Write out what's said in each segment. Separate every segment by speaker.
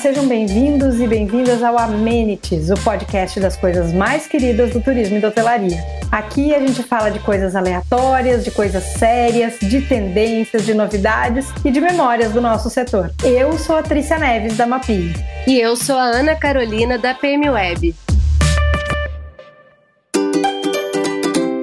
Speaker 1: Sejam bem-vindos e bem-vindas ao Amenities, o podcast das coisas mais queridas do turismo e da hotelaria. Aqui a gente fala de coisas aleatórias, de coisas sérias, de tendências, de novidades e de memórias do nosso setor. Eu sou a Trícia Neves, da MAPI.
Speaker 2: E eu sou a Ana Carolina, da PM Web.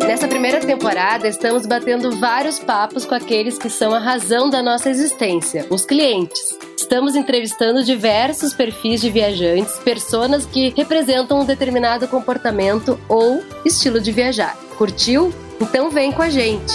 Speaker 2: Nessa primeira temporada, estamos batendo vários papos com aqueles que são a razão da nossa existência, os clientes. Estamos entrevistando diversos perfis de viajantes, personas que representam um determinado comportamento ou estilo de viajar. Curtiu? Então vem com a gente!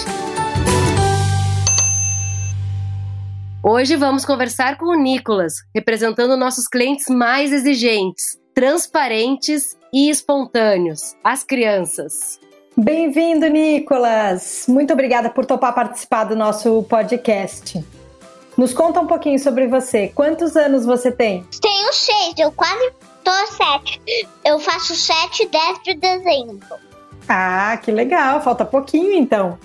Speaker 2: Hoje vamos conversar com o Nicolas, representando nossos clientes mais exigentes, transparentes e espontâneos, as crianças.
Speaker 1: Bem-vindo, Nicolas! Muito obrigada por topar participar do nosso podcast. Nos conta um pouquinho sobre você. Quantos anos você tem?
Speaker 3: Tenho seis, eu quase tô sete. Eu faço sete, dez de dezembro.
Speaker 1: Ah, que legal! Falta pouquinho então.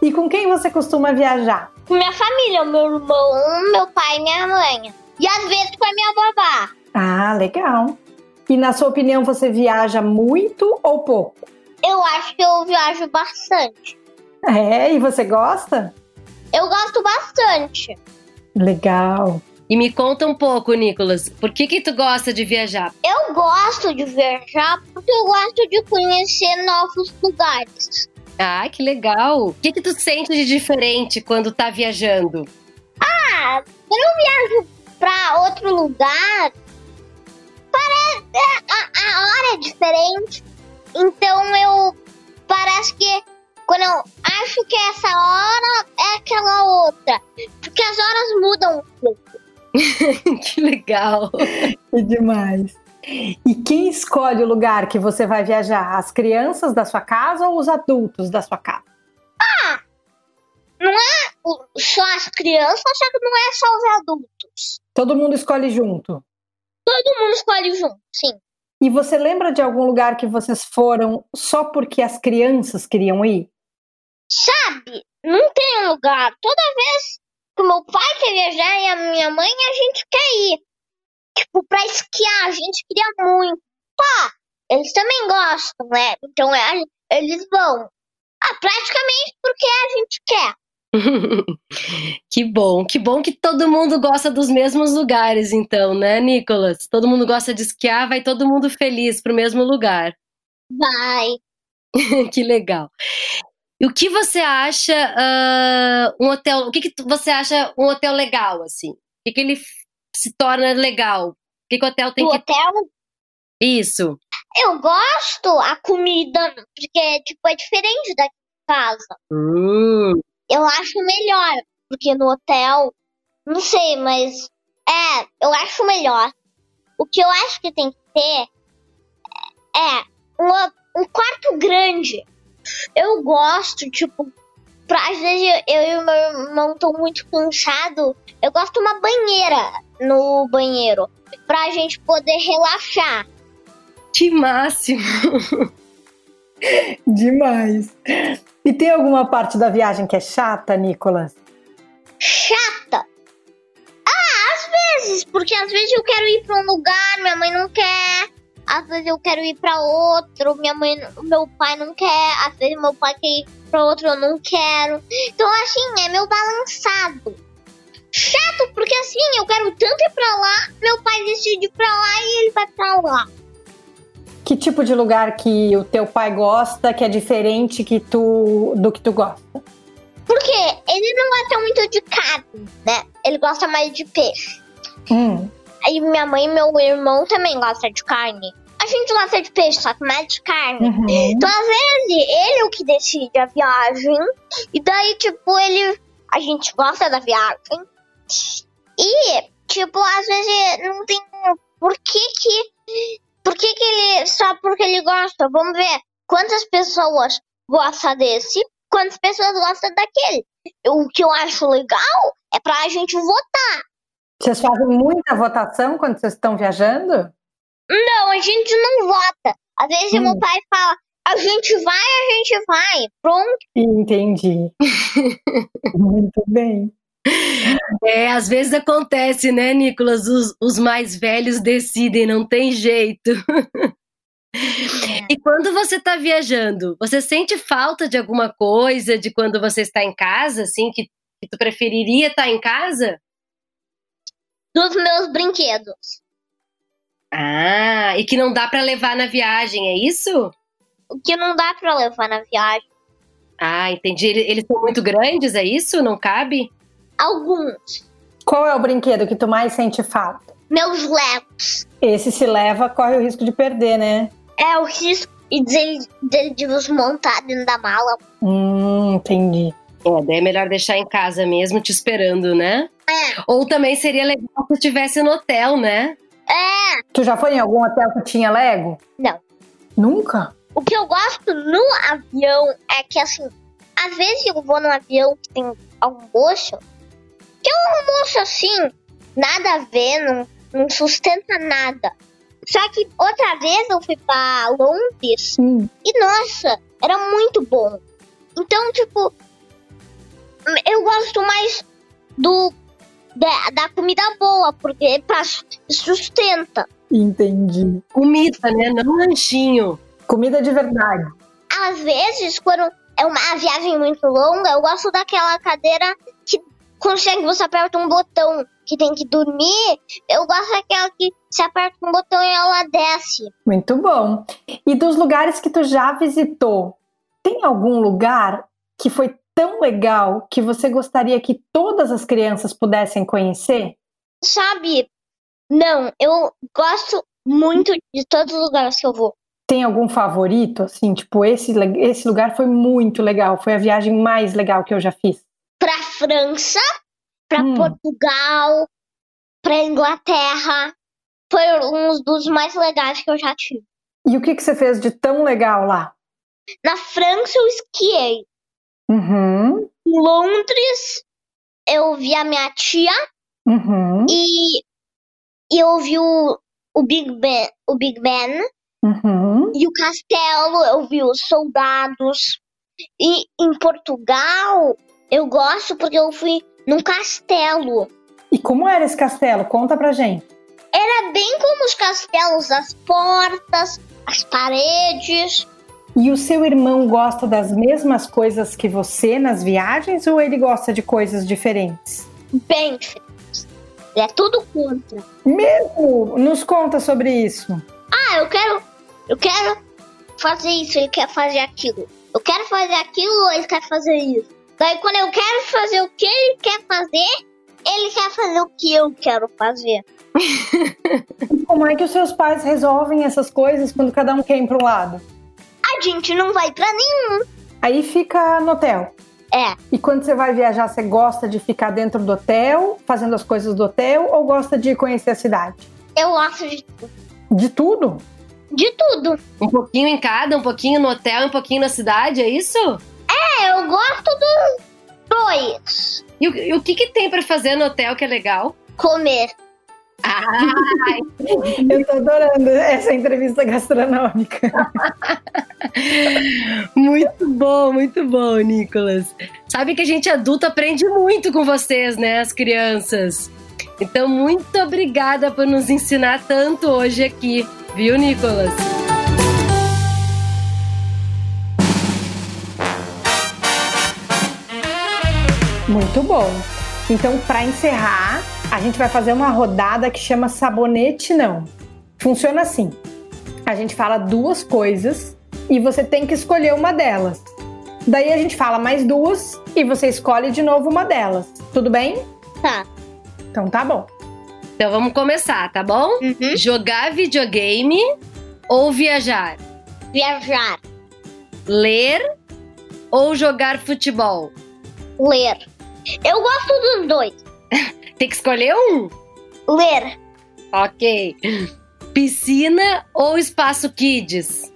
Speaker 1: E com quem você costuma viajar?
Speaker 3: Com minha família, meu irmão, meu pai e minha mãe. E às vezes com a minha babá.
Speaker 1: Ah, legal! E na sua opinião, você viaja muito ou pouco?
Speaker 3: Eu acho que eu viajo bastante.
Speaker 1: É, e você gosta?
Speaker 3: Eu gosto bastante.
Speaker 1: Legal.
Speaker 2: E me conta um pouco, Nicolas, por que que tu gosta de viajar?
Speaker 3: Eu gosto de viajar porque eu gosto de conhecer novos lugares.
Speaker 2: Ah, que legal! O que que tu sente de diferente quando tá viajando?
Speaker 3: Ah, quando eu viajo pra outro lugar, parece a, a hora é diferente. Então eu parece que quando eu acho que essa hora é aquela outra. Porque as horas mudam um pouco.
Speaker 2: que legal!
Speaker 1: Que demais. E quem escolhe o lugar que você vai viajar? As crianças da sua casa ou os adultos da sua casa?
Speaker 3: Ah! Não é o- só as crianças, só que não é só os adultos.
Speaker 1: Todo mundo escolhe junto.
Speaker 3: Todo mundo escolhe junto, sim.
Speaker 1: E você lembra de algum lugar que vocês foram só porque as crianças queriam ir?
Speaker 3: Sabe? Não tem um lugar. Toda vez que meu pai quer viajar e a minha mãe, a gente quer ir. Tipo, pra esquiar, a gente queria muito. Pá, eles também gostam, né? Então é, eles vão. Ah, praticamente porque a gente quer.
Speaker 2: que bom, que bom que todo mundo gosta dos mesmos lugares, então, né, Nicolas? Todo mundo gosta de esquiar, vai todo mundo feliz pro mesmo lugar.
Speaker 3: Vai.
Speaker 2: que legal. E o que você acha ah, um hotel? O que, que tu- você acha um hotel legal, assim? O que, que ele f- se torna legal? O que, que o hotel tem
Speaker 3: Do
Speaker 2: que.
Speaker 3: hotel,
Speaker 2: Isso.
Speaker 3: eu gosto a comida, porque, tipo, é diferente da casa.
Speaker 2: Hum,
Speaker 3: Eu acho melhor, porque no hotel, não sei, mas é, eu acho melhor. O que eu acho que tem que ter é uma- um quarto grande. Eu gosto, tipo, pra, às vezes eu, eu e meu irmão estão muito cansados. Eu gosto de uma banheira no banheiro, pra gente poder relaxar.
Speaker 2: que máximo.
Speaker 1: Demais. E tem alguma parte da viagem que é chata, Nicolas?
Speaker 3: chata. Ah, às vezes, porque às vezes eu quero ir pra um lugar, minha mãe não quer. Às vezes eu quero ir pra outro, minha mãe, meu pai não quer. Às vezes meu pai quer ir pra outro, eu não quero. Então assim, é meu balançado. Chato, porque assim, eu quero tanto ir pra lá, meu pai decide ir pra lá e ele vai pra lá.
Speaker 1: Que tipo de lugar que o teu pai gosta que é diferente que tu, do que tu gosta?
Speaker 3: Porque ele não gosta muito de carne, né? Ele gosta mais de peixe.
Speaker 1: Hum,
Speaker 3: E minha mãe e meu irmão também gostam de carne. A gente gosta de peixe, só que mais de carne.
Speaker 1: uhum.
Speaker 3: Então, às vezes, ele é o que decide a viagem. E daí, tipo, ele. A gente gosta da viagem. E, tipo, às vezes não tem. Por que que. Por que que ele. Só porque ele gosta? Vamos ver quantas pessoas gostam desse, quantas pessoas gostam daquele. O que eu acho legal é pra gente votar.
Speaker 1: Vocês fazem muita votação quando vocês estão viajando?
Speaker 3: Não, a gente não vota. Às vezes
Speaker 1: Hum.
Speaker 3: meu pai fala, a gente vai, a gente vai. Pronto.
Speaker 1: Entendi. Muito bem.
Speaker 2: É, às vezes acontece, né, Nicolas? Os, os mais velhos decidem, não tem jeito. E quando você está viajando, você sente falta de alguma coisa de quando você está em casa, assim, que, que tu preferiria estar em casa?
Speaker 3: Dos meus brinquedos.
Speaker 2: Ah, e que não dá para levar na viagem, é isso?
Speaker 3: O que não dá pra levar na viagem.
Speaker 2: Ah, entendi. Ele- Eles são muito grandes, é isso? Não cabe?
Speaker 3: Alguns.
Speaker 1: Qual é o brinquedo que tu mais sente falta?
Speaker 3: Meus Legos.
Speaker 1: Esse se leva, corre o risco de perder, né?
Speaker 3: É o risco e dele, dele de os montar dentro da mala.
Speaker 1: Hum, entendi.
Speaker 2: É, daí é melhor deixar em casa mesmo, te esperando, né?
Speaker 3: É.
Speaker 2: Ou também seria legal se estivesse no hotel, né?
Speaker 1: Tu já foi em algum hotel que tinha Lego?
Speaker 3: Não.
Speaker 1: Nunca?
Speaker 3: O que eu gosto no avião é que, assim, às vezes eu vou num avião que tem almoço, que é um almoço, assim, nada a ver, não, não sustenta nada. Só que outra vez eu fui pra Londres
Speaker 1: Sim.
Speaker 3: e, nossa, era muito bom. Então, tipo, eu gosto mais do da, da comida boa, porque pra- sustenta.
Speaker 1: Entendi.
Speaker 2: Comida, né? Não lanchinho.
Speaker 1: Comida de verdade.
Speaker 3: às vezes, quando é uma viagem muito longa, eu gosto daquela cadeira que consegue, você aperta um botão que tem que dormir. Eu gosto daquela que se aperta um botão e ela desce.
Speaker 1: Muito bom. E dos lugares que tu já visitou, tem algum lugar que foi tão legal que você gostaria que todas as crianças pudessem conhecer?
Speaker 3: Sabe? Não, eu gosto muito de todos os lugares que eu vou.
Speaker 1: Tem algum favorito? Assim, tipo, esse, le- esse lugar foi muito legal, foi a viagem mais legal que eu já fiz.
Speaker 3: Pra França, pra
Speaker 1: Hum.
Speaker 3: Portugal, pra Inglaterra. Foi um dos mais legais que eu já tive.
Speaker 1: E o que, que você fez de tão legal lá?
Speaker 3: Na França, eu esquiei.
Speaker 1: Uhum,
Speaker 3: Em Londres, eu vi a minha tia
Speaker 1: uhum,
Speaker 3: e, e eu vi o, o, Big Ben, o Big Ben
Speaker 1: uhum.
Speaker 3: e o castelo, eu vi os soldados. E em Portugal, eu gosto porque eu fui num castelo.
Speaker 1: E como era esse castelo? Conta pra gente.
Speaker 3: Era bem como os castelos, as portas, as paredes.
Speaker 1: E o seu irmão gosta das mesmas coisas que você nas viagens ou ele gosta de coisas diferentes?
Speaker 3: Bem diferentes. Ele é tudo contra.
Speaker 1: Mesmo? Nos conta sobre isso.
Speaker 3: Ah, eu quero, eu quero fazer isso, ele quer fazer aquilo. Eu quero fazer aquilo, ele quer fazer isso. Daí quando eu quero fazer o que ele quer fazer, ele quer fazer o que eu quero fazer.
Speaker 1: Como é que os seus pais resolvem essas coisas quando cada um quer ir pro lado?
Speaker 3: A gente não vai pra nenhum.
Speaker 1: Aí fica no hotel.
Speaker 3: É,
Speaker 1: E quando você vai viajar, você gosta de ficar dentro do hotel, fazendo as coisas do hotel, ou gosta de conhecer a cidade?
Speaker 3: eu gosto de,
Speaker 1: De tudo?
Speaker 3: de tudo.
Speaker 2: Um pouquinho em cada, um pouquinho no hotel, um pouquinho na cidade, é isso?
Speaker 3: É, eu gosto dos dois.
Speaker 2: E o, e o que, que tem pra fazer no hotel que é legal?
Speaker 3: Comer.
Speaker 2: Ah,
Speaker 1: Eu tô adorando essa entrevista gastronômica.
Speaker 2: muito bom, muito bom, Nicolas. Sabe que a gente adulto aprende muito com vocês, né, as crianças. Então, muito obrigada por nos ensinar tanto hoje aqui, viu, Nicolas?
Speaker 1: Muito bom. Então, para encerrar, a gente vai fazer uma rodada que chama sabonete não. Funciona assim: a gente fala duas coisas e você tem que escolher uma delas. Daí a gente fala mais duas e você escolhe de novo uma delas. Tudo bem?
Speaker 3: Tá.
Speaker 1: Então tá bom.
Speaker 2: Então, vamos começar, tá bom?
Speaker 3: Uhum.
Speaker 2: Jogar videogame ou viajar?
Speaker 3: Viajar.
Speaker 2: Ler ou jogar futebol?
Speaker 3: Ler. Eu gosto dos dois.
Speaker 2: Tem que escolher um?
Speaker 3: Ler.
Speaker 2: Ok. Piscina ou espaço kids?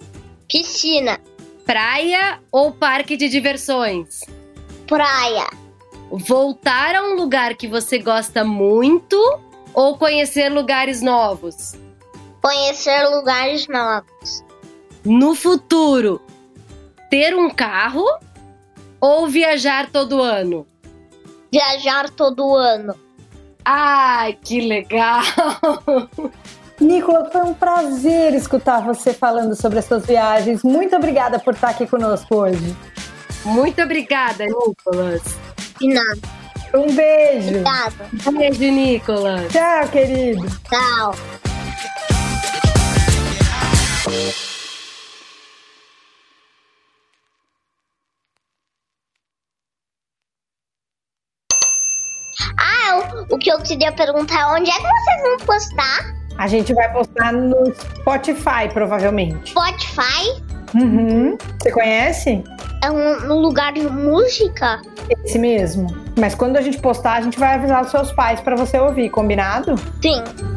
Speaker 3: Piscina.
Speaker 2: Praia ou parque de diversões?
Speaker 3: Praia.
Speaker 2: Voltar a um lugar que você gosta muito ou conhecer lugares novos?
Speaker 3: Conhecer lugares novos.
Speaker 2: No futuro, ter um carro ou viajar todo ano?
Speaker 3: viajar todo ano.
Speaker 2: Ai, que legal!
Speaker 1: Nicola, foi um prazer escutar você falando sobre as suas viagens. Muito obrigada por estar aqui conosco hoje.
Speaker 2: Muito obrigada, Nicolas.
Speaker 3: E nada,
Speaker 1: Um beijo.
Speaker 3: nada,
Speaker 2: Beijo, Nicolas.
Speaker 1: Tchau, querido.
Speaker 3: tal. Ah, o- o que eu queria perguntar é onde é que vocês vão postar?
Speaker 1: A gente vai postar no Spotify, provavelmente.
Speaker 3: Spotify
Speaker 1: Uhum. Você conhece?
Speaker 3: é um, um lugar de música?
Speaker 1: Esse mesmo. Mas quando a gente postar, a gente vai avisar os seus pais pra você ouvir, combinado?
Speaker 3: Sim.